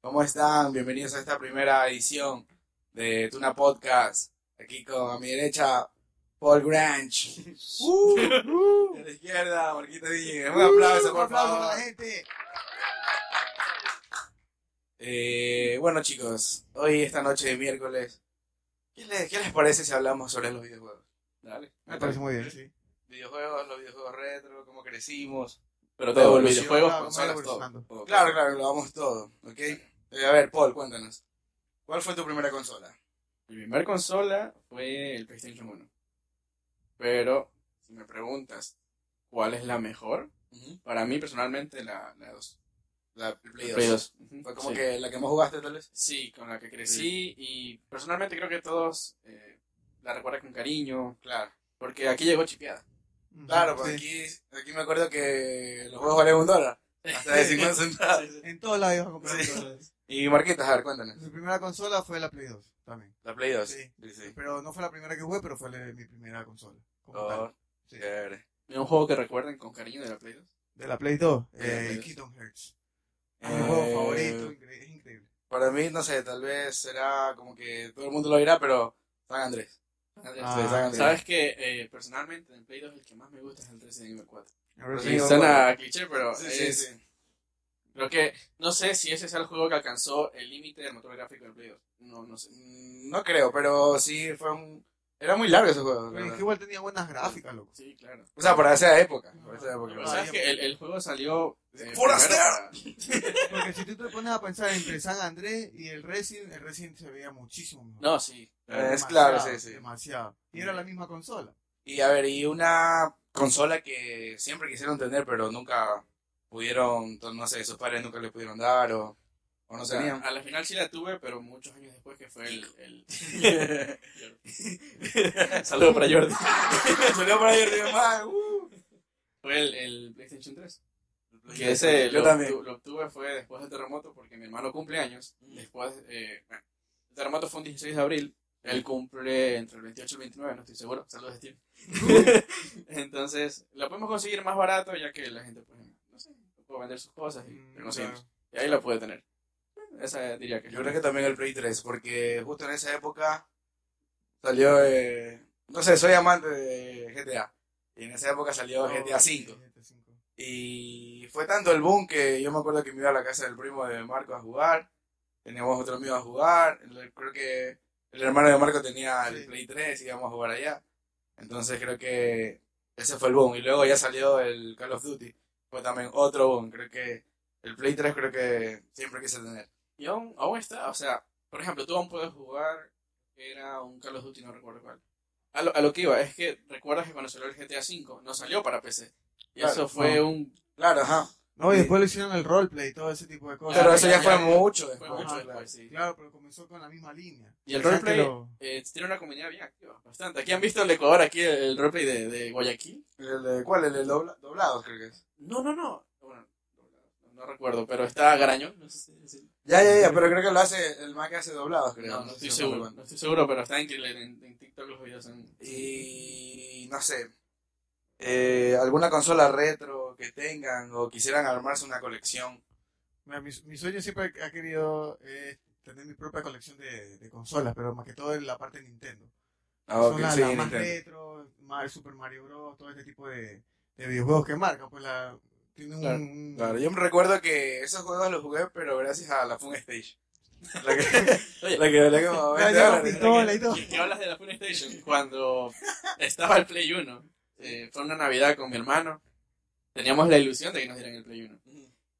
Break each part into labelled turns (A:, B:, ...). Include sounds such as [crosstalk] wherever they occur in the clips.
A: ¿cómo están? Bienvenidos a esta primera edición de Tuna Podcast. Aquí con a mi derecha, Paul Grange. [laughs] Uh, uh. a la izquierda, Marquito Díaz.
B: Uh,
A: Un aplauso, por favor.
B: gente.
A: Eh, bueno, chicos, hoy, esta noche de miércoles, ¿qué les, qué les parece si hablamos sobre los videojuegos? Dale.
B: Me parece muy bien, sí.
A: Videojuegos, los videojuegos retro, cómo crecimos.
C: Pero
A: Todo
C: todo, el
A: evoluciona,
C: videojuegos,
B: claro,
C: consolas,
B: vamos
C: todo.
B: evolucionando.
C: Todo.
A: Claro, claro, lo vamos todo, ¿ok? Eh, a ver, Paul, cuéntanos. ¿Cuál fue tu primera consola?
C: Mi primer consola fue el PlayStation 1. Pero, si me preguntas cuál es la mejor, para mí personalmente la, la 2.
A: La Play 2.
C: El Play 2. Ujú,
A: Fue como
C: sí.
A: que la que más jugaste, tal vez.
C: Sí, con la que crecí y personalmente creo que todos eh, la recuerdan con cariño,
A: Claro.
C: porque aquí llegó chipeada.
A: Claro,
B: Sí.
A: porque aquí, aquí me acuerdo que los juegos valían un dólar. [laughs] Hasta de 50 centavos.
B: En todos lados ibas a comprar.
A: Sí.
B: en todos lados.
A: Y Marquitas, a ver, cuéntanos.
B: Mi primera consola fue la Play 2 también.
A: La Play 2.
B: Sí.
A: sí.
B: Pero no fue la primera que jugué, pero fue la- mi primera consola. como
A: Oh,
B: tal. Sí.
A: chévere.
C: ¿Es un juego que recuerden con cariño de la Play 2?
B: De la Play 2,
C: De la Play
B: eh,
C: 2.
B: Kingdom Hearts. Es
A: Eh,
B: mi juego favorito, incre- es increíble.
A: Para mí, no sé, tal vez será como que todo el mundo lo dirá, pero San Andrés. San Andrés,
B: Ah,
A: sí, San Andrés.
C: Sabes que eh, personalmente en Play 2 el que más me gusta es el Resident Evil 4.
A: Sí,
C: Sí,
A: no,
C: suena cliché, pero
A: Sí,
C: es,
A: sí, sí.
C: Creo que, no sé si ese es el juego que alcanzó el límite del motor gráfico del Play 2. No, no sé.
A: Mm, No creo, pero sí fue un... Era muy largo ese juego. la
B: Pero es
A: verdad.
B: que igual tenía buenas gráficas, loco.
C: Sí, claro.
A: O sea, para esa época. Para esa
C: Lo
A: época.
C: que pasa es que el, el juego salió... eh,
A: ¡Foraster!
C: primero
B: Porque si tú te pones a pensar entre San Andrés y el Resident, el Resident se veía muchísimo mejor.
C: para- No, sí.
A: Eh, es
B: Demasiado,
A: claro, sí, sí.
B: Demasiado. Y era la misma consola.
A: Y a ver, y una consola que siempre quisieron tener, pero nunca pudieron, to- no sé, sus padres nunca le pudieron dar o, o no
C: O
A: [laughs]
C: sea,
A: tenían.
C: a la final sí la tuve, pero muchos años después que fue el...
A: [laughs]
C: Saludos para Jordi.
A: Salió por ahí arriba, ma, uh.
C: [laughs] Fue el, el PlayStation 3. Que
A: Yo
C: ese lo,
A: también.
C: obtu- lo obtuve fue después del terremoto porque mi hermano cumple años.
A: Mm.
C: Después, eh, bueno, el terremoto fue un 16 de abril.
A: Mm.
C: Él cumple entre el 28 y el 29, no estoy seguro. Saludos,
A: [laughs]
C: Steve. Entonces, lo podemos conseguir más barato ya que la gente, pues, no sé, puede vender sus cosas y
B: Mm,
C: lo conseguimos. Y ahí la puede tener. Esa diría que es
A: Yo
C: la
A: creo que
C: mía.
A: también el Play 3, porque justo en esa época salió, eh, no sé, soy amante de GTA. Y en esa época salió GTA V. Y fue tanto el boom que yo me acuerdo que me iba a la casa del primo de Marco a jugar. Teníamos otro amigo a jugar. el- Creo que el hermano de Marco tenía el
B: Sí.
A: Play 3 y íbamos a jugar allá. Entonces creo que ese fue el boom. Y luego ya salió el Call of Duty. Fue también otro boom. Creo que el Play 3 creo que siempre quise tener.
C: Y aún, aún está, o sea, por ejemplo, tú aún puedes jugar, era un Call of Duty, no recuerdo cuál. A lo, a lo que iba, es que recuerdas que cuando salió el GTA V, no salió para PC. Y
A: Claro,
C: eso fue
B: no.
C: un...
A: Claro, ajá.
B: No, y
A: Sí.
B: después le hicieron el roleplay y todo ese tipo de cosas.
A: Pero eso ya
C: ya-
A: fue
C: ya-
A: mucho
C: Fue
A: después.
C: mucho
B: Ajá,
A: claro.
C: después, sí.
B: Claro, pero comenzó con la misma línea.
C: Y el
B: O sea, que
C: roleplay
B: lo-
C: eh, tiene una comunidad bien activa, bastante. Aquí han visto el Ecuador, aquí el, el roleplay de, de Guayaquil.
A: ¿El de cuál? El de dobla- doblados, creo que es.
C: No, no, no. Bueno, no, no recuerdo, pero está Garañón. No, sé si- si-
A: Ya, ya, ya, pero creo que lo hace el más que hace doblados, creo.
C: no,
A: sé
C: no estoy
A: si me
C: seguro.
A: acuerdo.
C: No estoy seguro, pero está en, que le- en, en TikTok los videos son...
A: Y no sé, eh, alguna consola retro que tengan o quisieran armarse una colección.
B: Mira, mi, mi sueño siempre ha querido eh, tener mi propia colección de, de consolas, pero más que todo en la parte de Nintendo.
A: Ah,
B: Son las las Ah, más retro, más el Super Mario Bros, todo este tipo de, de videojuegos que marcan. Pues la, tiene un,
A: Claro,
B: un-
A: Claro, yo me recuerdo que esos juegos los jugué, pero gracias a la Fun Stage. La que,
B: [laughs]
C: Oye,
A: la que valía como
B: Ya,
A: 20
B: ya,
A: dólares.
B: papito. Pistola y todo.
C: ¿Qué hablas de la Play Station? Cuando estaba el Play 1, eh, fue una Navidad con mi hermano. Teníamos la ilusión de que nos dieran el Play 1.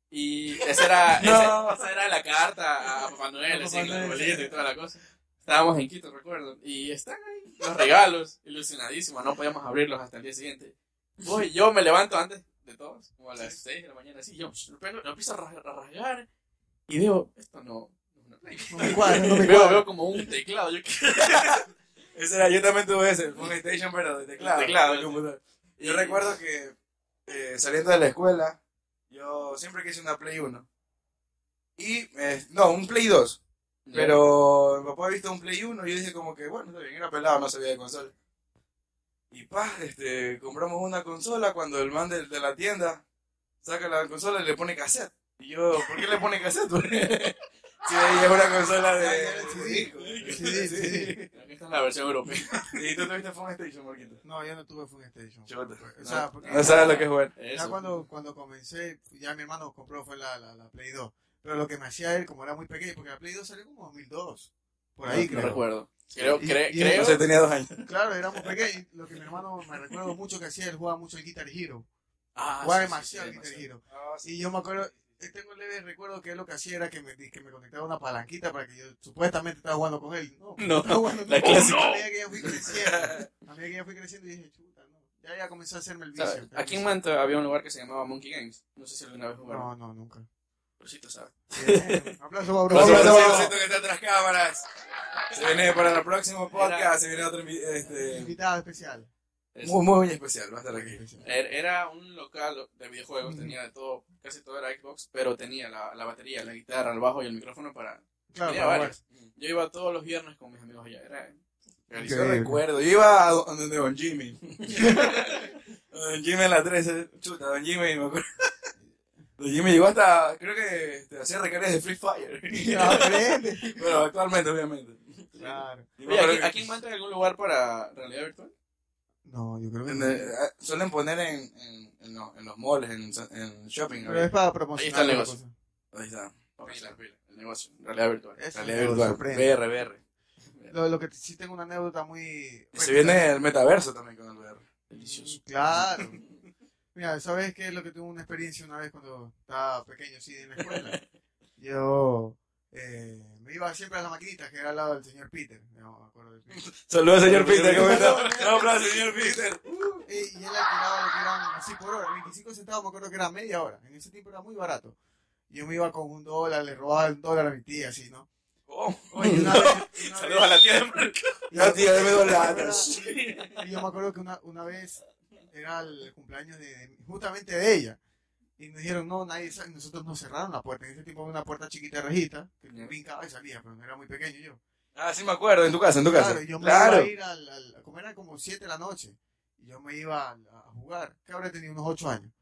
C: Y
B: [laughs]
C: esa era,
A: No.
C: esa, esa era la carta a Papá Noel,
B: A
C: así,
B: Papá
C: el
B: Noel.
C: arbolito y toda la cosa. Estábamos en Quito, recuerdo. Y están ahí los regalos, ilusionadísimos. No podíamos abrirlos hasta el día siguiente. Voy, yo me levanto antes de todos, como a las 6 de la mañana, así. Yo lo pego, lo empiezo a ras- a rasgar y veo, esto no, no es una Play.
B: No me cuadra, no me
C: veo,
B: cuadra.
C: veo como un teclado. Yo,
A: Ese era, yo también tuve ese, el Fun Station, pero de teclado.
C: teclado,
A: de
C: sí.
A: computador. Yo recuerdo que eh, saliendo de la escuela, yo siempre quise una Play 1. Y, eh, no, un Play 2. Pero mi papá había visto un Play 1 y yo dije como que, bueno, está bien, era pelado, no sabía de consola. Y pa, este, compramos una consola cuando el man de, de la tienda saca la consola y le pone cassette. Y yo, ¿por qué le pone cassette? [laughs] Sí, es una consola de.
B: era el CD.
A: de-
B: Sí, sí.
C: Esta es la versión europea.
A: ¿Y tú tuviste Phone Station, Marquito?
B: No, yo no tuve Phone Station.
A: Chuta.
B: O sea,
A: No,
B: porque-
A: no sabes lo que es jugar.
B: Ya cuando, cuando comencé, ya mi hermano compró fue la, la, la Play 2. Pero lo que me hacía él, como era muy pequeño, porque la Play 2 salió como 2002. Por ahí,
C: No
B: creo.
C: recuerdo. Creo,
B: Y-
C: cre-
B: y-
A: O
C: creo.
A: sea, tenía dos años.
B: Claro, éramos pequeños. Lo que mi hermano me recuerdo mucho que hacía, él jugaba mucho el Guitar Hero.
C: Ah,
B: Jugaba
C: sí, sí,
B: demasiado
C: sí,
B: el Guitar
C: demasiado.
B: Hero. Y yo me acuerdo, eh, tengo el leve recuerdo que él lo que hacía era que me, que me conectaba una palanquita para que yo supuestamente estaba jugando con él. No,
C: No,
B: estaba jugando
C: la
B: con él.
C: clásica.
B: A medida que yo fui creciendo, a medida que yo fui creciendo, y dije, chuta, no. Ya, ya comenzó a hacerme el vicio.
C: ¿Sabes?
B: pero
C: Aquí en
B: no-
C: Manta había un lugar que se llamaba Monkey Games. No sé si alguna vez jugaron.
B: No, no,
C: [laughs]
B: nunca.
C: Pero sí, tú sabes.
B: Bien. Aplauso para
A: Un
B: Bruno.
C: Aplauso
A: aplauso
C: Pablo.
A: para Rosito que está tras cámaras. Se viene para el próximo podcast, se viene otro invi- este,
B: Invitada especial.
C: Es-
A: muy, muy especial, va a estar aquí.
B: Especial.
C: er- Era un local de videojuegos,
B: Mm.
C: tenía de todo, casi todo era Xbox, pero tenía la, la batería, la guitarra, el bajo y el micrófono para...
B: Claro,
C: tenía
B: Ah, para
C: [laughs] varios. Yo iba todos los viernes con mis amigos allá, era...
A: Yo
B: Increíble.
A: recuerdo, yo iba a do- a donde Don Jimmy. [laughs] Don Jimmy en la 13, chuta, Don Jimmy, me acuerdo. Don Jimmy llegó hasta, creo que te hacía recargas de Free [laughs] Fire.
B: jugar. Aprende.
A: Bueno, actualmente, obviamente.
B: ¿eh? Claro.
A: Y me
C: Oye,
A: acuerdo
C: ¿aquí,
A: que-
C: aquí en Manta hay algún lugar para realidad virtual?
B: No, yo creo que
A: en-
B: no.
A: eh, Suelen poner en, en, en los, en los malls, en, en shopping.
B: Pero es para promocionar.
C: Ahí está el
B: la
C: negocio.
B: cosa.
A: Ahí está.
C: Pila, pila, el negocio, realidad virtual.
B: Eso
A: Realidad
B: me
A: virtual.
B: sorprende.
A: VR, VR.
B: Lo, lo que t- sí tengo una anécdota muy.
A: Y se viene el metaverso también con el VR.
C: Delicioso.
B: Mm, Claro. Mira, ¿sabes qué es lo que tuve una experiencia una vez cuando estaba pequeño, sí, en la escuela? Yo eh, me iba siempre a las maquinitas, que era al lado del señor Peter. No, me acuerdo del Peter.
A: Saludos, señor Peter.
B: ¿cómo
A: ¿Cómo
B: está?
A: está? Un aplauso, señor Peter.
B: Y, Eh, y él alquilaba lo que eran así por hora, 25 centavos, me acuerdo que era media hora. En ese tiempo era muy barato. Yo me iba con un dólar, le robaba un dólar a mi tía, así, ¿no?
A: Oh.
B: Oye, una vez-
C: [laughs]
B: una
C: Saludos a
B: vez-
C: la tía de [laughs] Marco.
B: y-
A: La tía de Medolatas.
B: Y yo me acuerdo que una, una vez era el cumpleaños de, de- justamente de ella. Y nos dijeron, no, nadie sabe. Nosotros nos cerraron la puerta. En ese tiempo había una puerta chiquita de rejita, que
C: Ya.
B: brincaba y salía, pero no era muy pequeño yo.
A: Ah, sí me acuerdo, en tu casa, en tu casa.
B: Claro, yo me
A: Claro.
B: iba a ir al, al- como era como 7 de la noche, y yo me iba a, a jugar, que habré tenido unos 8 años.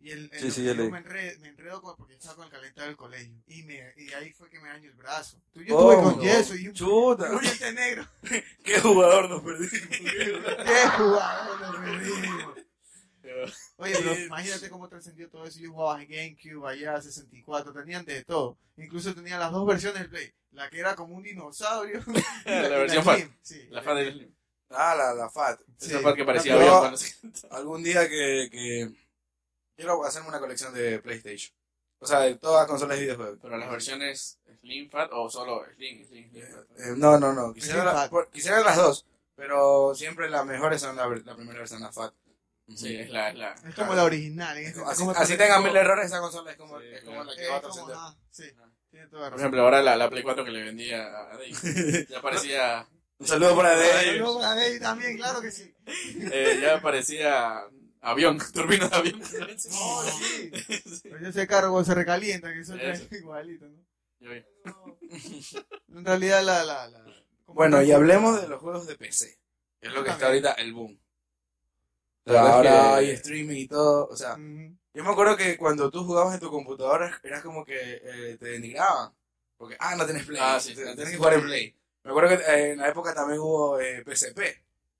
B: Y el, el-
A: Sí, sí,
B: yo
A: ya leí.
B: me, enre- me enredo con- porque estaba con el calentar del colegio. Y, me, y ahí fue que me daño el brazo. Tú, yo
A: Oh,
B: estuve con
A: no. [laughs]
B: yeso y un [laughs]
A: Chuta.
B: puñete negro.
A: Qué jugador nos perdimos.
B: ¡Qué jugador nos perdimos! Oye, pero imagínate cómo trascendió todo eso. Yo jugaba en GameCube, allá 64, tenían de todo. Incluso tenía las dos versiones del Play. La que era como
A: [laughs]
B: un dinosaurio. y que-
C: La versión fat.
B: Slim. Sí,
C: La fan de Slim.
A: Ah, la, la FAT.
B: Sí.
C: Esa parte que parecía
A: Pero-
C: avión cuando se-
A: Algún día que, que... Quiero hacerme una colección de PlayStation. O sea, de todas las consolas de videojuegos.
C: Pero las versiones Slim Fat o solo Slim, Slim, Slim Fat.
A: Eh, no, no, no. Quisiera,
B: Sí,
A: la-
B: Fat.
A: por- quisiera las dos. Pero siempre las mejores son la, ver- la primera versión, la FAT.
C: Sí, es la, es la.
B: Es como la original. en ese-
A: Así,
B: como
A: así
B: perfecto.
A: tengan mil errores, esa consola es como,
C: Sí,
A: es como
C: claro.
A: la
B: Eh,
A: que va a
B: como,
A: trascender.
B: ah, sí, tiene toda
C: Por
B: razón.
C: ejemplo, ahora la, la Play 4 que le vendía a
B: [laughs]
C: Dave. Ya parecía.
A: Un saludo para Dave.
B: Saludos para Dave también, claro
A: [laughs]
B: que sí.
C: eh, ya parecía avión, [laughs] turbina de avión.
B: No, sí. Pero ese cargo se recalienta, que eso
C: Eso.
B: es [laughs] igualito, ¿no?
C: Yo vi.
B: En realidad la... la, la como
A: Bueno,
B: que-
A: y hablemos de los juegos de PC. que Es lo que está
B: También.
A: ahorita el boom.
C: La verdad
A: ahora
C: es
A: hay
C: que-
A: streaming y todo. O sea,
B: Ujú.
A: yo me acuerdo que cuando tú jugabas en tu computadora, eras como que eh, te denigraban. Porque, ah, no tienes Play.
C: Ah,
A: te-
C: sí, sí,
A: tienes
C: sí.
A: que jugar en Play. Me acuerdo que eh, en la época también hubo eh, PSP.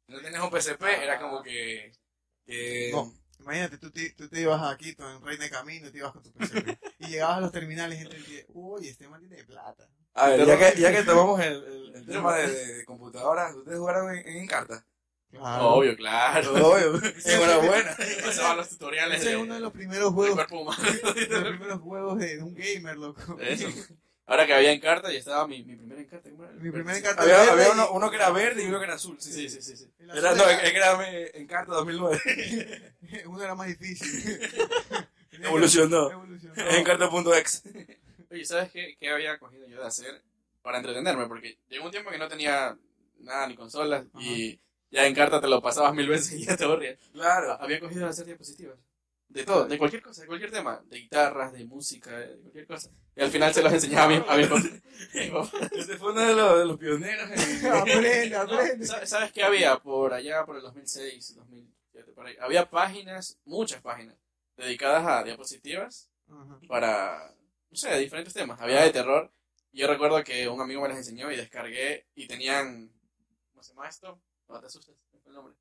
A: Si no tenías un PSP, era como que. que-
B: No. Imagínate, tú te, tú te ibas a Quito en Reina de Camino, te ibas con tu PC. y llegabas a los terminales y gente decía, uy, este man tiene plata.
A: A ver, ya que, ya que tomamos el, el- [laughs] el tema de, de computadoras, ¿ustedes jugaron en, en [laughs] carta?
B: Claro.
C: oh, Obvio, claro.
A: Obvio. Enhorabuena.
C: Pasaban los tutoriales
B: Ese
C: de,
B: es uno de los primeros
C: del
B: juegos,
C: cuerpo humano. [laughs]
B: de los primeros juegos de, de un gamer, loco.
A: [laughs]
B: [laughs]
C: Eso. Ahora que había encarta y estaba mi, mi primera encarta. ¿cómo era? Ah,
B: Mi primera encarta
A: Había,
B: verde
A: había
B: y-
A: uno, uno que era verde y uno que era azul. Sí,
C: Sí, sí, sí. sí.
B: el azul
A: Era, no, es que era eh, en carta
B: [laughs]
A: 2009.
B: Uno era más difícil.
A: [laughs]
B: [laughs]
A: Evolucionó.
B: Evolucionó.
A: En carta.exe.
C: Oye, ¿sabes qué, qué había cogido yo de hacer para entretenerme? Porque llegó un tiempo que no tenía nada ni consolas y ya en carta te lo pasabas mil veces y ya te aburrías.
A: Claro.
C: Había cogido de hacer diapositivas. De todo, de cualquier cosa, de cualquier tema. De guitarras, de música, de cualquier cosa. Y al final se los enseñaba a mi, a mi [laughs] papá. A mi papá.
A: Este fue uno de los, de los pioneros. en-
B: [laughs] aprende,
C: No,
B: aprende.
C: ¿sabes- ¿Sabes qué había por allá, por el 2006, 2007, por ahí? Había páginas, muchas páginas, dedicadas a diapositivas
B: Ajá.
C: para, no sé, diferentes temas. Había de terror, Y yo recuerdo que un amigo me las enseñó y descargué y tenían. ¿Cómo se llama esto? No te asustes, ¿cuál fue el nombre.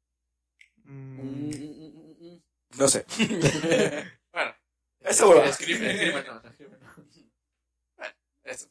C: Mm, mm,
A: [laughs]
C: mm,
A: No sé.
C: bueno,
A: Eso, huevón.
C: escribe, escribe, no, escribe, no. Bueno, eso.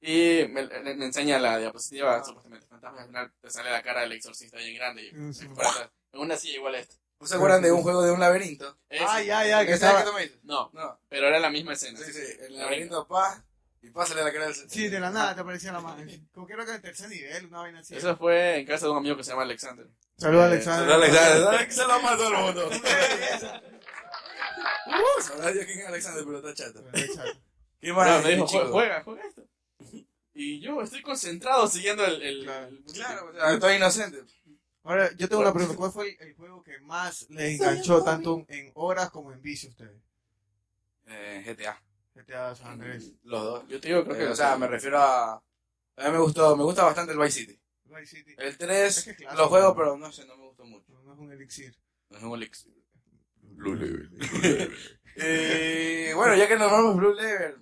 C: Y me, me- me enseña la diapositiva, supuestamente fantasma, y al final te sale la cara del exorcista bien grande. Y,
B: Mm, sí.
C: por atrás. en una silla igual a esta.
A: ¿No se acuerdan de un juego de un laberinto?
C: Ese.
B: Ah, ya, ya, que
A: ¿Sabes
B: estaba.
A: qué tú me dices?
C: No,
A: No.
C: pero era la misma escena.
A: Sí, sí, el laberinto paz y pásale la cara del.
B: Sí, de
A: [laughs]
B: la nada te aparecía la madre. Como que era que el tercer nivel, una vaina así.
C: Eso fue en casa de un amigo que se llama Alexander.
B: Saludos,
C: Eh,
B: Alexander.
A: Saludos, Alexander.
B: [laughs]
A: Saludos, que Se lo ama a todo el mundo. Uh, [laughs] Sabrá Dios quién es Alexander, pero está chato.
B: Alexander.
A: ¿Qué
C: Pero
A: más?
C: me dijo,
A: chico?
C: "Jue- juega, juega esto. Y yo estoy concentrado siguiendo el... el-
B: Claro.
C: el-
A: Claro, o sea, estoy inocente.
B: Ahora, yo tengo una pregunta. ¿Cuál fue el, el juego que más les enganchó tanto en horas como en vicio a ustedes?
A: Eh, GTA.
B: GTA San Andrés.
A: Los dos.
C: Yo te digo, creo que...
A: Eh, o sea, me refiero a. A mí me gustó, me gusta bastante el Vice City.
C: Mm.
B: Vice City.
C: Eh.
A: El
B: Es
A: 3
B: que es clásico.
A: lo juego, pero no sé, no me gustó mucho.
B: No es un elixir.
A: No es un elixir. Y Eh, bueno, ya que nos vamos Blue Level,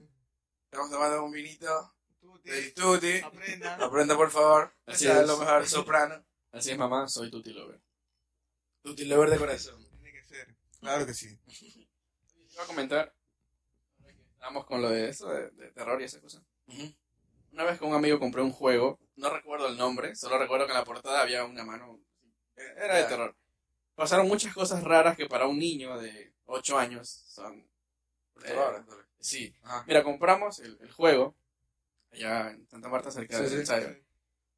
A: estamos tomando un vinito
B: Tuti,
A: del Tutti. [laughs]
B: Aprendan.
A: Aprenda, por favor.
C: Así
A: Esa
C: es.
A: lo mejor, soprano.
C: Así es, mamá, soy tu Lover.
A: Tutti Lover de corazón.
B: Tiene que ser. Claro que sí.
C: Iba a comentar... Vamos con lo de eso, de, de terror y esa cosa.
A: Ujú.
C: Una vez con un amigo compré un juego, no recuerdo el nombre, solo recuerdo que en la portada había una mano... eh, Era de
A: Ya.
C: terror. Pasaron muchas cosas raras que para un niño de 8 años son... eh,
A: Por favor.
C: Sí.
A: Ajá.
C: Mira, compramos el, el juego allá en Santa Marta, cerca
A: Sí,
C: de
A: sí.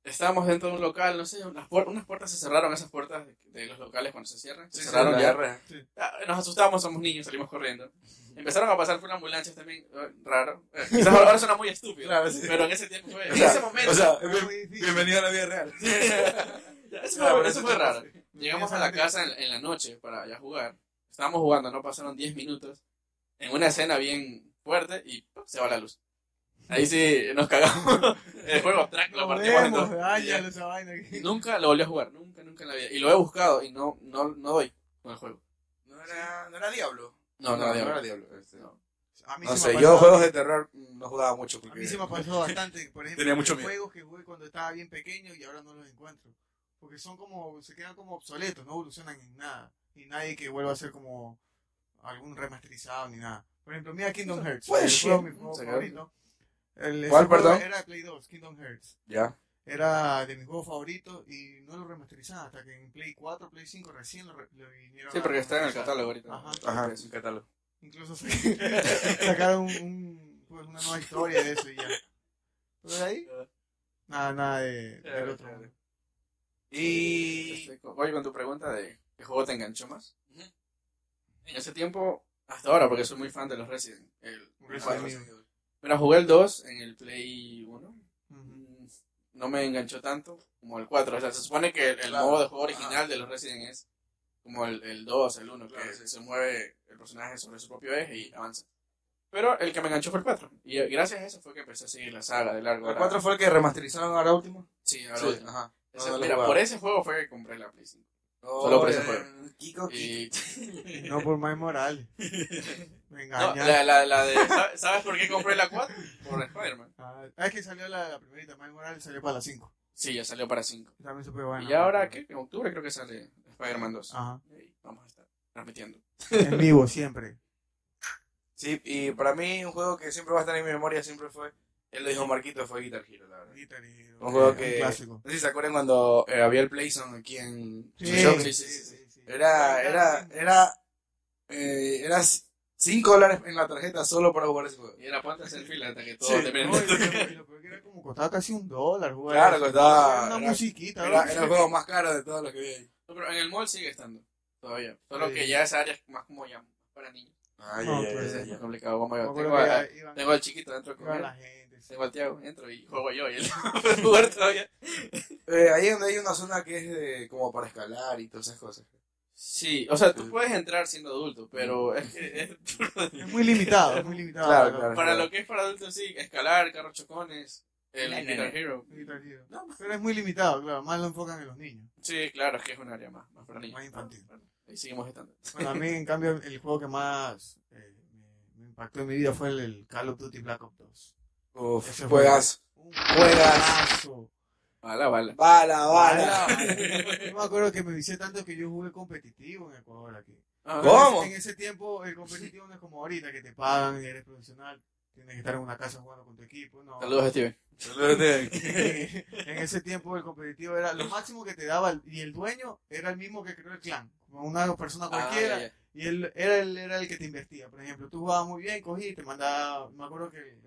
C: Estábamos dentro de un local, no sé, unas, puer- unas puertas se cerraron, esas puertas de, de los locales cuando se cierran, se
A: Sí, sí,
C: cerraron
A: la
C: ya.
A: diarrea.
C: Ah, Nos asustamos, somos niños, salimos corriendo. Empezaron a pasar por ambulancias también, eh, raro. Eh, quizás ahora suena muy estúpido,
A: Claro, sí.
C: pero en ese tiempo fue-
A: O
C: en
A: sea,
B: [laughs]
C: ese momento.
A: O sea,
B: Fue
A: bien-
B: muy difícil.
A: bienvenido a la vida real. [laughs]
C: Ya, eso,
A: Claro,
C: fue,
A: pero
C: eso
A: eso
C: fue
A: te
C: raro.
A: pasa.
C: Llegamos a la casa en, en la noche para ya jugar. Estábamos jugando, no pasaron 10 minutos. En una escena bien fuerte y ¡pum! se va la luz. Ahí sí nos cagamos. [laughs] El juego abstracto lo
B: Nos
C: partimos en
B: vemos,
C: dos.
B: dañalo esa vaina. aquí.
C: Y [laughs] Nunca lo volví a jugar, nunca, nunca en la vida. Y lo he buscado y no, no, no doy con el juego.
A: No era, no era Diablo.
C: No, no, no,
A: era
C: no,
A: Diablo. este.
C: No.
B: A mí
A: No
B: se me
A: sé,
B: ha
A: yo
B: pasado-
A: juegos de terror mm, no jugaba mucho.
B: A
A: Porque...
B: mí se me pasó bastante, por ejemplo,
A: Tenía mucho miedo.
B: juegos que jugué cuando estaba bien pequeño y ahora no los encuentro. Porque son como, se quedan como obsoletos, no evolucionan en nada. Y nadie que vuelva a ser como algún remasterizado ni nada. Por ejemplo, mira Kingdom Hearts.
A: Pues
B: el
A: sí.
B: juego, mi juego
C: Se quedó.
B: favorito. El- ese
A: ¿Cuál,
B: juego
A: perdón?
B: Era Play 2, Kingdom Hearts.
A: Ya.
B: Era de mis juegos favoritos y no lo remasterizaban hasta que en Play 4, Play 5 recién lo, re- lo vinieron
C: Sí,
B: a
C: porque está en el
B: remasterizar.
C: catálogo ahorita.
B: Ajá.
A: Ajá,
C: Entonces,
A: un catálogo.
B: Incluso sa- [laughs] sacaron un, un- pues, una nueva historia de eso y ya. Pero de ahí, nada, nada de, del
C: Claro,
B: otro
C: claro.
B: mundo.
A: Y.
C: este, co- voy con tu pregunta de qué juego te enganchó más. En ese tiempo, hasta ahora, porque soy muy fan de los Resident. El,
B: Resident Evil.
C: Mira, jugué el 2 en el Play 1.
B: Ujú.
C: Mm, No me enganchó tanto como el 4. O sea, se supone que el, el
A: Claro.
C: modo de juego
A: Ajá.
C: original de los Resident es como el, el 2, el 1,
A: Claro,
C: que
A: sí.
C: se mueve el personaje sobre su propio eje y avanza. Pero el que me enganchó fue el 4. Y eh, gracias a eso fue que empecé a seguir la saga de largo.
A: ¿El
C: La-
A: 4 fue el que remasterizaron ahora último?
C: Sí, ahora
A: Sí,
C: último.
A: ajá.
C: Ese-
A: No, no lo
C: mira,
A: jugaba.
C: por ese juego fue que compré la Play 5.
A: Solo por ese
C: juego.
A: Oh, Kiko, Kiko.
C: Y-
B: No por más moral. Me
C: No,
B: engañan.
C: la, la, la de, ¿sabe- ¿Sabes por qué compré la 4? Por Spider-Man.
B: Ah, ah, es que salió la, la primerita, Miles Morales salió para las 5.
C: Sí, ya salió para 5.
B: También supe bueno. Ah.
C: y ahora, ¿qué? En octubre creo que sale Spider-Man 2.
B: Ajá.
C: Y ahí vamos a estar transmitiendo.
B: En vivo, siempre.
A: Sí, y para mí un juego que siempre va a estar en mi memoria siempre fue, él lo dijo Marquito, fue Guitar Hero, la verdad.
B: Guitar Hero,
A: Un juego
B: eh,
A: que-
B: clásico.
A: No sé si se acuerdan cuando eh, había el Playzone aquí en
B: Sí,
A: su shop.
C: sí, sí,
B: sí.
A: Era, era, era, eh, era 5 dólares en la tarjeta solo para jugar ese juego.
C: Y era ponte a hacer fila hasta que todo
A: Sí.
C: termine.
B: No, y lo- y lo peor que era como costaba casi un dólar jugar.
A: Claro,
B: eso.
A: costaba-
B: Era una
A: era-
B: musiquita.
A: Era,
B: ¿no?
A: era el juego más caro de todos los que vi ahí.
C: No, pero en el mall sigue estando. Todavía. Solo
B: Sí.
C: que ya esa área es más como ya para niños.
A: Ay,
B: No,
A: ay, ay,
B: pues,
A: ay,
C: Ya
A: ay.
C: es complicado. Vamos
B: Me
C: a-
B: acuerdo
C: tengo,
B: que
C: a-
B: era- iban-
C: tengo al chiquito dentro con
B: iba
C: él.
B: la gente. sí.
C: Tengo al Tiago dentro y juego yo y él. [laughs] jugar todavía.
A: Eh, ahí donde hay una zona que es de, como para escalar y todas esas cosas.
C: Sí, o sea, tú puedes entrar siendo adulto, pero es que es-
B: Es muy limitado, es muy limitado.
A: Claro,
B: la-
A: claro.
C: para lo que es para adultos, sí, escalar, carros chocones, el
A: No, no,
C: Guitar
A: no.
C: Hero.
B: la Guitar Hero.
C: No, más-
B: Pero es muy limitado, claro. Más lo enfocan en los niños.
C: sí, claro, es que es un área más, más para niños.
B: Más infantil.
C: Ahí seguimos estando.
B: Bueno, a mí, en cambio, el juego que más eh, me, me impactó en mi vida fue el, el Call of Duty Black Ops 2.
A: Uf,
B: Ese
A: juegas.
B: Un
A: Juegas.
B: juegazo.
C: Bala, bala.
A: Bala, bala.
B: Bala. Yo me acuerdo que me vicié tanto que yo jugué competitivo en Ecuador aquí.
C: Ah,
A: ¿Cómo?
B: En ese tiempo el competitivo no es como ahorita, que te pagan y eres profesional. Tienes que estar en una casa jugando con tu equipo. No.
C: Saludos, Steven.
A: [laughs]
B: [laughs] en ese tiempo el competitivo era lo máximo que te daba el- y el dueño era el mismo que creó el clan, como una persona cualquiera
C: Ah, ya, ya.
B: y él era el, era el que te invertía. Por ejemplo, tú jugabas muy bien, cogí y te mandaba, me acuerdo que el,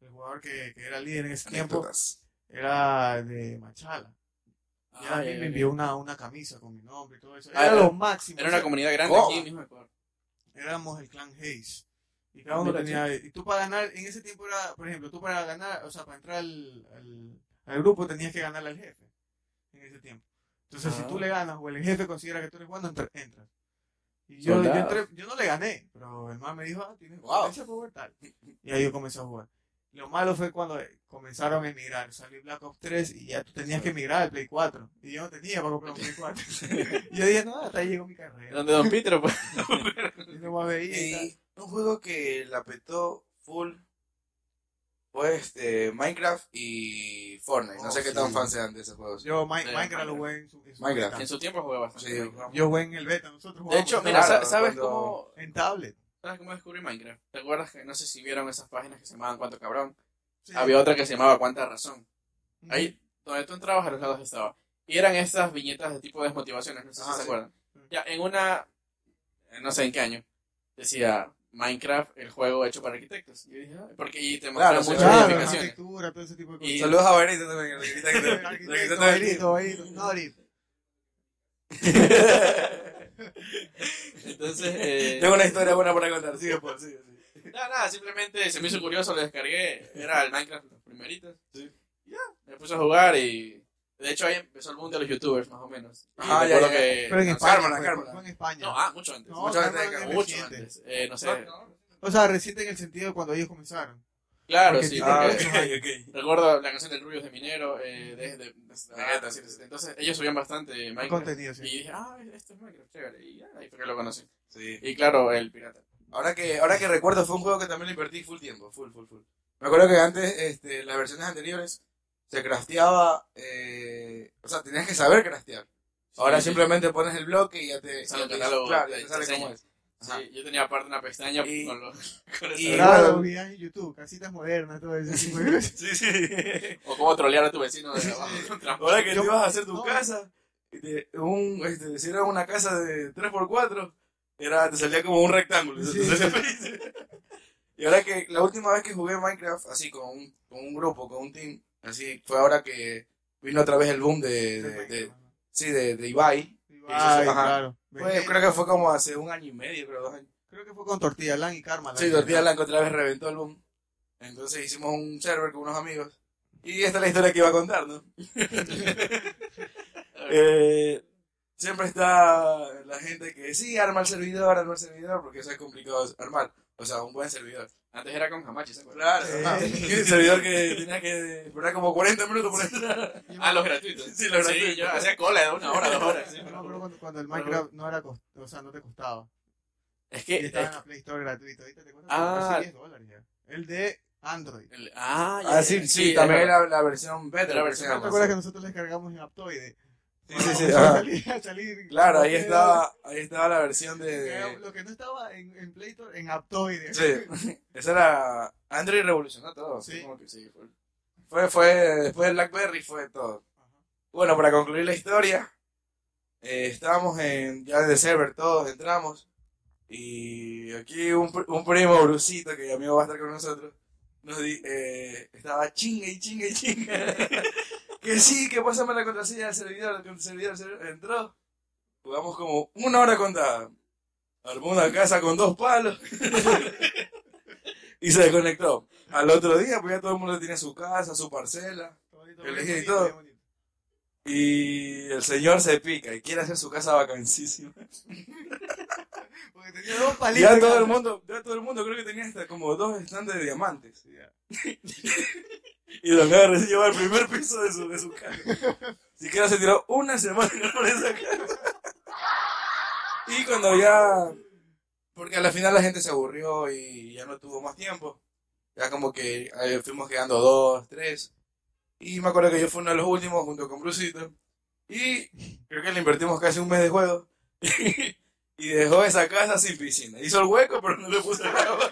B: el jugador que, que era líder en ese tiempo
A: Anécdotas.
B: era de Machala. Y
C: Ah,
B: a mí
C: ya,
B: me
C: ya.
B: envió una, una camisa con mi nombre y todo eso.
C: Ah,
B: Era
C: era-
B: lo máximo. o
C: Era una
B: sea,
C: comunidad grande
A: Oh.
C: aquí mismo en Ecuador.
B: éramos el clan Hayes. Y cada uno
C: Mira,
B: tenía. Y tú para ganar, en ese tiempo era, por ejemplo, tú para ganar, o sea, para entrar al, al, al grupo tenías que ganarle al jefe. En ese tiempo. Entonces,
C: Ah.
B: si tú le ganas o el jefe considera que tú eres bueno, entra- entras. Y yo, yo,
C: Soldado.
B: entré- yo no le gané, pero el man me dijo, ah, tienes
A: Wow.
B: competencia para jugar tal. Y ahí yo comencé a jugar. Lo malo fue cuando comenzaron a emigrar. Salió Black Ops 3 y ya tú tenías que emigrar al Play 4. Y yo no tenía para comprar un Play [laughs] 4. y yo dije, no, hasta ahí llegó mi carrera.
C: Donde Don Peter, pues.
B: Y no más veía. y tal.
A: Y un juego que la petó full fue este Minecraft y Fortnite. No
B: Oh,
A: sé qué
B: sí.
A: tan fan sean de esos juegos.
B: Yo Mi-
C: Era
B: Minecraft lo
C: Minecraft.
B: jugué en su, en su
A: Minecraft.
C: En
B: beta.
C: su tiempo jugaba bastante.
A: Sí,
C: Minecraft.
A: vamos.
B: Yo jugué en el beta, nosotros
C: de
B: jugamos
C: hecho,
B: en
C: mira,
A: pues claro,
C: sa- ¿sabes
A: cuando-
C: cómo,
B: tablet, en tablet.
C: ¿sabes cómo descubrí Minecraft? ¿Te acuerdas que no sé si vieron esas páginas que se llamaban Cuánto Cabrón?
B: Sí.
C: Había otra que se llamaba Cuánta Razón.
B: Ujú.
C: Ahí, donde tú entrabas, a los lados estaba. Y eran esas viñetas de tipo desmotivaciones, no sé si
A: Ah,
C: se
A: sí.
C: acuerdan.
B: Ujú.
C: Ya, en una, eh, no sé en qué año, decía Minecraft, el juego hecho para arquitectos. Y yo dije, ah, porque y te
A: Claro,
C: mostraban
A: sí,
C: muchas
A: claro,
C: edificaciones.
B: arquitectura, todo ese tipo de
C: Y-
B: cosas.
A: Saludos a Benito también, el arquitecto. [laughs]
B: [laughs]
A: El
B: Arquitecto,
A: arquitecto Benito.
B: Benito, Benito, no, ahorita.
C: [laughs]
A: [laughs]
C: Entonces, eh,
A: Tengo una historia buena para contar. Sigue, por sigue, sigue.
C: Nada, nada, simplemente se me hizo curioso, lo descargué, era el Minecraft, los primeritos.
A: Sí.
C: Y ya, me puse a jugar y... De hecho, ahí empezó el mundo de los youtubers, más o menos. Y
A: Ajá, ya,
C: recuerdo
A: ya.
C: que-
B: Pero en
C: no,
B: España, pues,
A: Cármela,
B: fue,
A: Cármela.
B: fue en España.
C: No, ah, mucho antes.
B: No,
A: mucho antes de
B: Cármela
A: que-
B: es
C: mucho
B: reciente.
C: antes. Eh, no sé.
B: O sea, reciente en el sentido de cuando ellos comenzaron.
C: Claro,
B: Porque
C: sí.
B: tiene-
C: porque-
A: Ah,
B: creo que-
A: ok, ok.
C: Recuerdo la canción del Rubios de Minero, eh, desde, desde
A: Ah,
C: Vegeta, sí, sí, sí. Entonces, ellos subían bastante Minecraft.
B: Contenido,
C: Y
B: sí.
C: dije, ah, esto es Minecraft, chévere. Y ya, ahí fue que lo conocí.
A: Sí.
C: Y claro, el pirata.
A: Ahora que, ahora que recuerdo, fue un juego que también le invertí full tiempo. Full, full, full. Me acuerdo que antes, este, las versiones anteriores, se crafteaba. eh, o sea, tenías que saber craftear. Ahora
C: Sí, sí.
A: simplemente pones el bloque y ya te.
C: Sale
A: ya
C: el
A: te-
C: catálogo,
A: Claro, ya
C: te-
A: te
C: te
A: sale cómo
C: enseña.
A: es. Ajá.
B: [laughs]
C: Sí, yo tenía aparte una pestaña
A: Y-
C: con los. [laughs] con
A: y-
C: esa-
B: Claro,
A: igual-
B: viajes YouTube, casitas modernas, todo ese tipo de cosas.
A: Sí, sí. [laughs]
C: O cómo trolear a tu vecino de abajo. [laughs] con trampa.
A: Ahora que
B: Yo-
A: te ibas a hacer tu
B: no.
A: casa, de un, este, si era una casa de 3x4, era, te salía como un rectángulo.
B: Sí.
A: Entonces, [laughs] y ahora que la última vez que jugué Minecraft, así con un, con un grupo, con un team, así fue ahora que vino otra vez el boom de, de, de- sí, de, de Ibai.
B: Ay,
A: Ajá. Pues,
B: claro.
A: Fue- creo que fue como hace un año y medio, creo, dos años.
B: Creo que fue con Tortilla Lan y Karma.
A: Sí, Tortilla Blanca otra vez reventó el boom. Entonces hicimos un server con unos amigos. Y esta es la historia que iba a contar,
C: [laughs]
A: ¿no? [laughs] Eh, siempre está la gente que sí, arma el servidor, arma el servidor, porque eso es complicado armar. O sea, un buen servidor.
C: Antes era con Hamachi, ¿se acuerdan?
A: Claro.
B: Sí.
A: ajá. [laughs] Un servidor que tenía que esperar como 40 minutos por entrar.
C: Ah, los gratuitos.
A: Sí, los gratuitos.
C: yo hacía cola de una hora, dos horas. sí.
B: No me acuerdo cuando, cuando el Minecraft no era cost- o sea, no te costaba.
C: Es
B: Y
C: que.
B: estaba en la Play Store gratuito. Ahorita te cuesta
C: Ah.
B: casi 10 dólares ya. El de Android.
C: el- ah, ya,
A: Ah, sí,
C: ya,
A: sí,
C: es
A: también
C: verdad.
A: la, la versión beta.
C: La
A: que
C: versión
A: se
B: ¿No
A: llama,
B: te acuerdas
A: sí.
B: que nosotros descargamos en Aptoide?
A: Sí, sí, sí,
B: Cuando
A: ajá.
B: salía- salía-
A: Claro, ahí
B: era-
A: estaba, ahí estaba la versión de...
B: Lo que no estaba en, en Play Store, en [laughs] Aptoide.
A: Sí, esa era... Android revolucionó todo.
B: Sí.
C: Como que sí, fue-
A: Fue, fue, después del BlackBerry fue todo. Bueno, para concluir la historia, eh, estábamos en, ya de server todos, entramos, y aquí un, pr- un primo, Brusito, que amigo va a estar con nosotros, nos di- eh, estaba chinga y chinga y chinga. [laughs] que sí, que pásame la contraseña del servidor, el servidor, el servidor. Entró, jugamos como una hora contada. Armó una casa con dos palos y se desconectó. Al otro día, pues ya todo el mundo tiene su casa, su parcela.
B: Bonito,
A: Yo le
B: bien
A: dije, ¿y
B: bonito,
A: todo?
B: bien bonito.
A: Y el señor se pica y quiere hacer su casa vacancísima.
B: Porque tenía dos palitos.
A: Ya todo el mundo, ya todo el mundo creo que tenía hasta como dos estantes de diamantes. [laughs] Y Don Gabo se llevó al primer piso de su, de su casa. Siquiera se tiró una semana [laughs] por esa casa. Y cuando ya. Porque a la final la gente se aburrió y ya no tuvo más tiempo. Ya como que eh, fuimos quedando dos, tres. Y me acuerdo que yo fui uno de los últimos junto con Brucito. Y creo que le invertimos casi un mes de juego. [laughs] y dejó esa casa sin piscina. Hizo el hueco, pero no le puso el agua.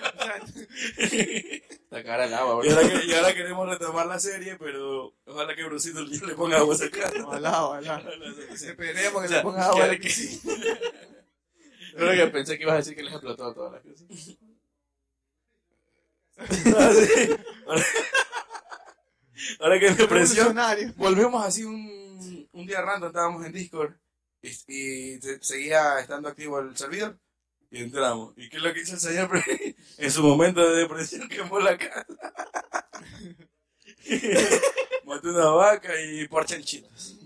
C: Sacar el agua,
A: y, ahora que- y ahora queremos retomar la serie, pero ojalá que Brucito le ponga agua a esa casa.
B: Ojalá, ojalá.
A: Esperemos que
B: se ponga agua.
A: que sí.
C: Creo que pensé que ibas a decir que les explotó a todas
A: [laughs]
C: las cosas.
A: Ah, Ahora- Ahora que me presión Eh,
B: Revolucionario.
A: volvemos así un, un día random, estábamos en Discord y, y se- seguía estando activo el servidor y entramos. ¿Y qué es lo que hizo el señor? [laughs] en su momento de depresión quemó la casa. [laughs] Mató una vaca y por chanchitos.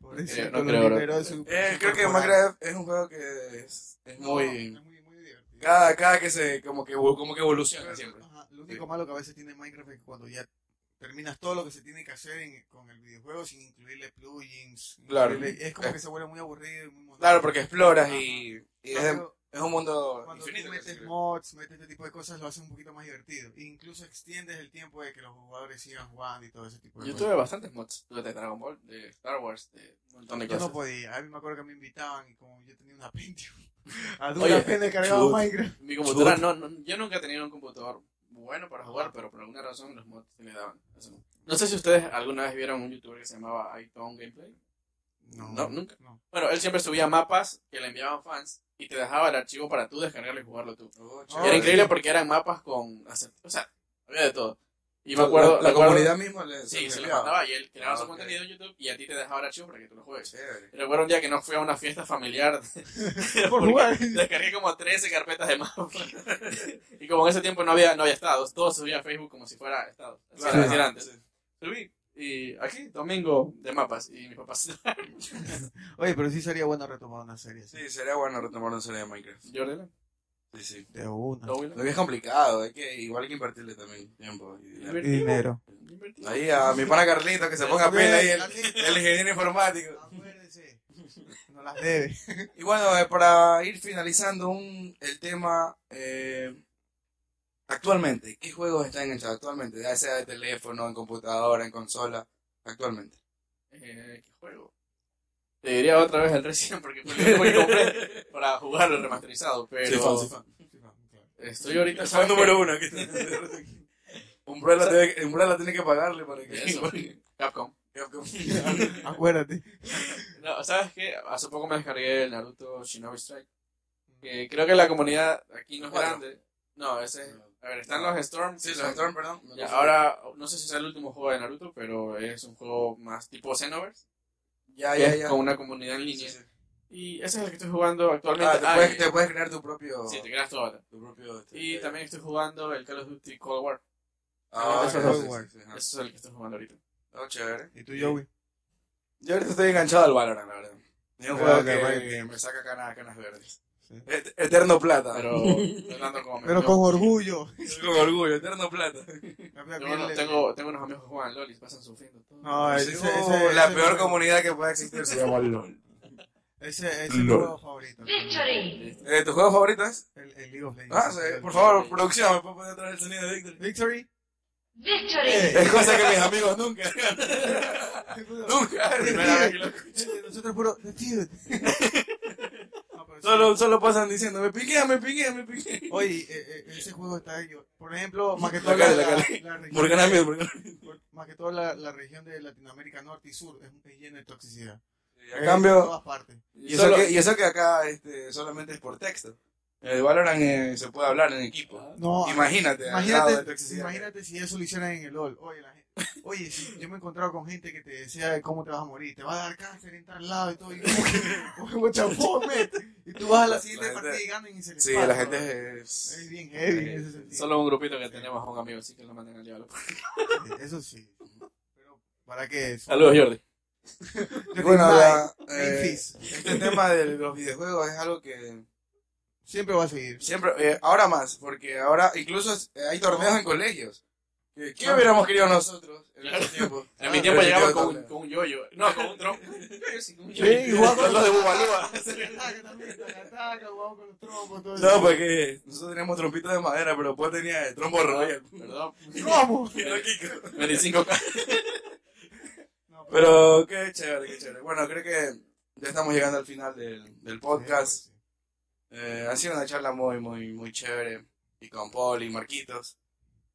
B: Pobrecito,
C: no
B: lo
C: creo, bro.
B: liberó de su-
A: Eh,
B: su
A: creo que
B: temporada.
A: Minecraft es un juego que es, es
B: No,
A: muy...
B: es muy, muy divertido.
A: Cada, cada que se... como que, como que evoluciona
B: Pero,
A: siempre.
B: ajá, lo único malo que a veces tiene Minecraft es que cuando ya terminas todo lo que se tiene que hacer en- con el videojuego sin incluirle plugins. sin
A: Claro.
B: incluirle- es como
A: Eh.
B: que se vuelve muy aburrido y muy monótono.
A: Claro, porque exploras
B: Ajá.
A: y, y es, de-
B: Cuando,
A: es un mundo
B: cuando tú
A: infinito. que se
B: metes
A: crea.
B: mods, metes este tipo de cosas, lo hace un poquito más divertido. E incluso extiendes el tiempo de que los jugadores sigan jugando y todo ese tipo de
C: Yo
B: cosas.
C: tuve bastantes mods. Tuve de Dragon Ball, de Star Wars, de un montón de
B: Yo
C: cosas.
B: no podía. A mí me acuerdo que me invitaban y como yo tenía una Pentium. [laughs] A
C: Oye,
B: duras penas cargaba
A: chuta.
B: Minecraft.
C: Mi computadora, no, no, yo nunca he tenido un computador bueno para jugar, pero por alguna razón los mods se le daban. Eso no. No sé si ustedes alguna vez vieron un youtuber que se llamaba Aitón Gameplay. No, nunca.
B: No.
C: Bueno, él siempre subía mapas que le enviaban fans y te dejaba el archivo para tú descargarlo y jugarlo tú.
A: Oh,
C: Y era
A: chévere.
C: increíble porque eran mapas con... acert- O sea, había de todo. Y me
A: La-
C: acuerdo...
A: la,
C: me acuerdo-
A: comunidad misma le
C: Sí, se lo
A: enviaba.
C: mandaba y él creaba
A: Ah,
C: su
A: ok.
C: contenido en YouTube y a ti te dejaba el archivo para que tú lo juegues.
A: Chévere.
C: Recuerdo un día que no fui a una fiesta familiar [laughs]
A: [laughs]
B: Por
C: porque
B: jugar.
C: Descargué como 13 carpetas de mapas. [laughs] y como en ese tiempo no había, no había estados, todo se subía a Facebook como si fuera estado. Así
A: Claro,
C: era,
A: ajá,
C: así era antes.
A: sí.
C: Subí. Y aquí, domingo de mapas. Y mis papás. [laughs]
B: Oye, pero sí sería bueno retomar una serie. así.
A: Sí, sería bueno retomar una serie de Minecraft.
C: Jordan,
A: Sí, sí.
B: De una.
A: Lo que es complicado, es que igual hay que invertirle también tiempo. y dinero.
B: Y dinero.
A: Ahí a mi pana Carlito que se ponga pila ahí, el, el ingeniero informático.
B: Acuérdese. No las debe.
A: Y bueno, eh, para ir finalizando un, el tema, eh, actualmente, ¿qué juegos están enganchados actualmente? Ya sea de teléfono, en computadora, en consola, actualmente.
C: Eh, ¿Qué juego? Te diría otra vez el recién porque fue el último
A: [laughs]
C: que compré para jugarlo remasterizado. Pero
A: Sí, fan, sí, fan.
C: estoy ahorita.
A: Fan
C: ¿sabes qué?
A: número uno. Aquí. [laughs] Umbrella, tiene, Umbrella tiene que pagarle para que...
C: Eso,
A: [laughs]
C: Capcom.
A: Capcom.
B: Acuérdate.
C: No, ¿Sabes qué? Hace poco me descargué el Naruto Shinobi Strike. que creo que la comunidad aquí no es
A: Cuatro.
C: grande. No, ese es. A ver, están
A: No.
C: los Storm.
A: Ah. Sí, los Storm, perdón.
C: Ya, ahora, no sé si es el último juego de Naruto, pero es un juego más tipo Xenoverse.
A: Ah, ya,
C: que
A: ya,
C: es
A: ya.
C: Con una comunidad en línea.
A: Sí, sí.
C: Y ese es el que estoy jugando actualmente.
A: Ah, te,
C: Ah,
A: puedes,
C: y-
A: te puedes crear tu propio.
C: sí, te creas tu avatar.
A: tu propio este,
C: Y
A: ya, ya.
C: también estoy jugando el Call of Duty Cold War.
A: Ah,
C: Eso
A: ya,
C: es
A: sí,
B: Hogwarts.
A: sí, sí,
C: Ese
A: ajá.
C: es el que estoy jugando ahorita.
A: Oh, chévere.
B: ¿Y tú, Joey?
A: Yo ahorita estoy enganchado al Valorant, la verdad. Es un
B: Pero
A: juego
B: que
A: que,
B: vaya.
A: que me saca canas, canas verdes.
B: Sí.
A: Et- eterno plata. [laughs]
C: Pero, [laughs] Fernando, como me-
B: Pero
C: yo-
B: con orgullo.
A: Con orgullo, eterno plata.
C: yo no tengo, tengo unos amigos que juegan LOL y pasan sufriendo. todo.
B: No, eh, ese,
A: Sí,
B: ese-
A: uh,
B: ese-
A: la
B: ese
A: peor
B: juego-
A: comunidad que puede existir se llama LOL.
B: Ese ese es mi
A: Lol.
B: juego favorito. El,
C: Listo.
A: Eh, ¿Tus juegos favoritos?
B: el League of Legends.
A: Ah, sí, Por favor, producción, ¿me puedo poner atrás el sonido de Victory?
B: Victory.
D: Victory!
A: Es cosa que mis amigos nunca. [laughs] nunca. Primera vez que lo
B: Nosotros puro. "The Feud".
A: [laughs]
B: No, pero sí.
A: Solo, solo pasan diciendo, me piquea, me piquea, me [laughs] piquea.
B: Oye, eh, eh, ese juego está yo. Por ejemplo, más que
A: La
B: todo
A: cara, la
B: la, la,
A: cara.
B: la región-
A: Morgana Miel, Morgana Miel.
B: por- más que todo la, la región de Latinoamérica Norte y Sur es es llena de toxicidad.
A: A
B: Eh, en
A: cambio,
B: todas partes.
A: y eso, que, y eso que acá este, solamente es por texto. El Valorant eh, se puede hablar en equipo.
B: No,
A: Ah. Imagínate, al grado de
B: imagínate,
A: toxicidad.
B: imagínate si eso lo hicieran en el LOL. Oye, la gente- oye, si yo me he encontrado con gente que te decía cómo te vas a morir, te va a dar cáncer en tal lado y todo. Y, como que, "Oye, chafón, men". y tú vas a la siguiente
A: La gente-
B: partida y ganan y se les
A: Sí,
B: pasa,
A: la
B: bro.
A: gente es...
B: es bien heavy en ese sentido.
C: Eh, Solo un grupito que tenemos a un amigo, así que lo manden al diablo.
B: Sí, Eso sí. Pero, ¿para qué es?
C: [laughs] Saludos, Jordi.
A: Bueno,
B: Yo digo,
A: la-
B: "Bye,
A: eh,
B: Memphis".
A: Este tema de los videojuegos es algo que
B: Siempre va a seguir.
A: siempre, eh, ahora más, porque ahora incluso es- eh, hay torneos en colegios. ¿Qué, qué hubiéramos querido nosotros en [laughs]
C: Claro.
A: ese tiempo?
C: En mi tiempo
A: Pero
B: Ah,
C: llegaba
A: sí quedó
C: con,
A: doble.
C: con un yoyo. No, con un tronco. [laughs] Sí, con un
B: Sí,
C: yoyo.
B: igual con-
C: Los de Bubalúa.
B: Ataca también, taca, taca, jugamos con los trompos, todo
A: No, porque nosotros teníamos trompitos de madera, pero después tenía el trombo royal.
C: [laughs] Perdón.
A: [laughs]
B: ¿Cómo?
C: 25K.
B: No,
A: Pero qué chévere, qué chévere. Bueno, creo que ya estamos llegando al final del, del podcast. Eh, ha sido una charla muy, muy, muy chévere. Y con Paul y Marquitos.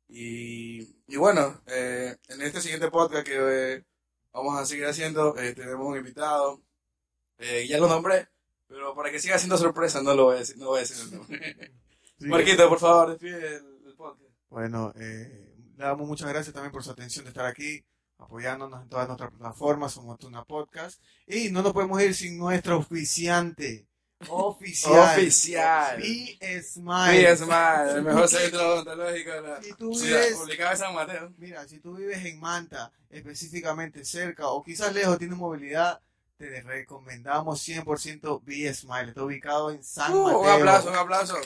A: Y, y bueno, eh, en este siguiente podcast que eh, vamos a seguir haciendo, eh, tenemos un invitado. Eh, ya lo nombré, pero para que siga siendo sorpresa, no lo voy a decir. No voy a decir el nombre.
B: Sí.
A: Marquito, por favor, despide el, el podcast.
B: Bueno, eh, le damos muchas gracias también por su atención de estar aquí, apoyándonos en todas nuestras plataformas, somos Tuna Podcast. Y no nos podemos ir sin
A: [laughs]
B: nuestro oficiante. Oficial.
A: Oficial.
B: Be
A: Sí,
B: Smile.
A: es más, el
B: [laughs]
A: mejor centro odontológico de la
B: Si tú
A: ciudad
B: vives-
A: publicada de San Mateo.
B: Mira, si tú vives en Manta, específicamente cerca o quizás lejos, tienes movilidad, te recomendamos 100% Be Smile. Está ubicado en San
A: Uh,
B: Mateo.
A: un aplauso, un aplauso.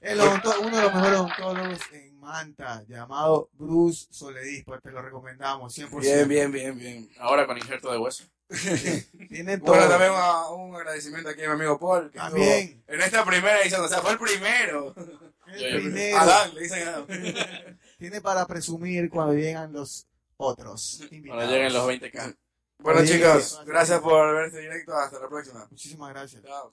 B: El odonto- uno de los mejores odontólogos en Manta, llamado Bruce Soledis, pues te lo recomendamos 100%.
A: Bien, bien, bien, bien.
C: Ahora con injerto de hueso.
B: Tienen todo.
A: Bueno, también a- un agradecimiento aquí a mi amigo Paul. Que estuvo
B: También,
A: En esta primera edición, o sea, fue el primero.
B: el
C: Yo- yo-
B: primero.
A: Adán, le dicen
B: [laughs]
A: Adán.
B: Tiene para presumir cuando llegan los otros
C: Cuando
B: invitados.
C: lleguen los 20K.
A: Bueno,
B: Bien.
A: chicos, gracias por ver este directo. Hasta la próxima.
B: Muchísimas gracias.
A: Chao.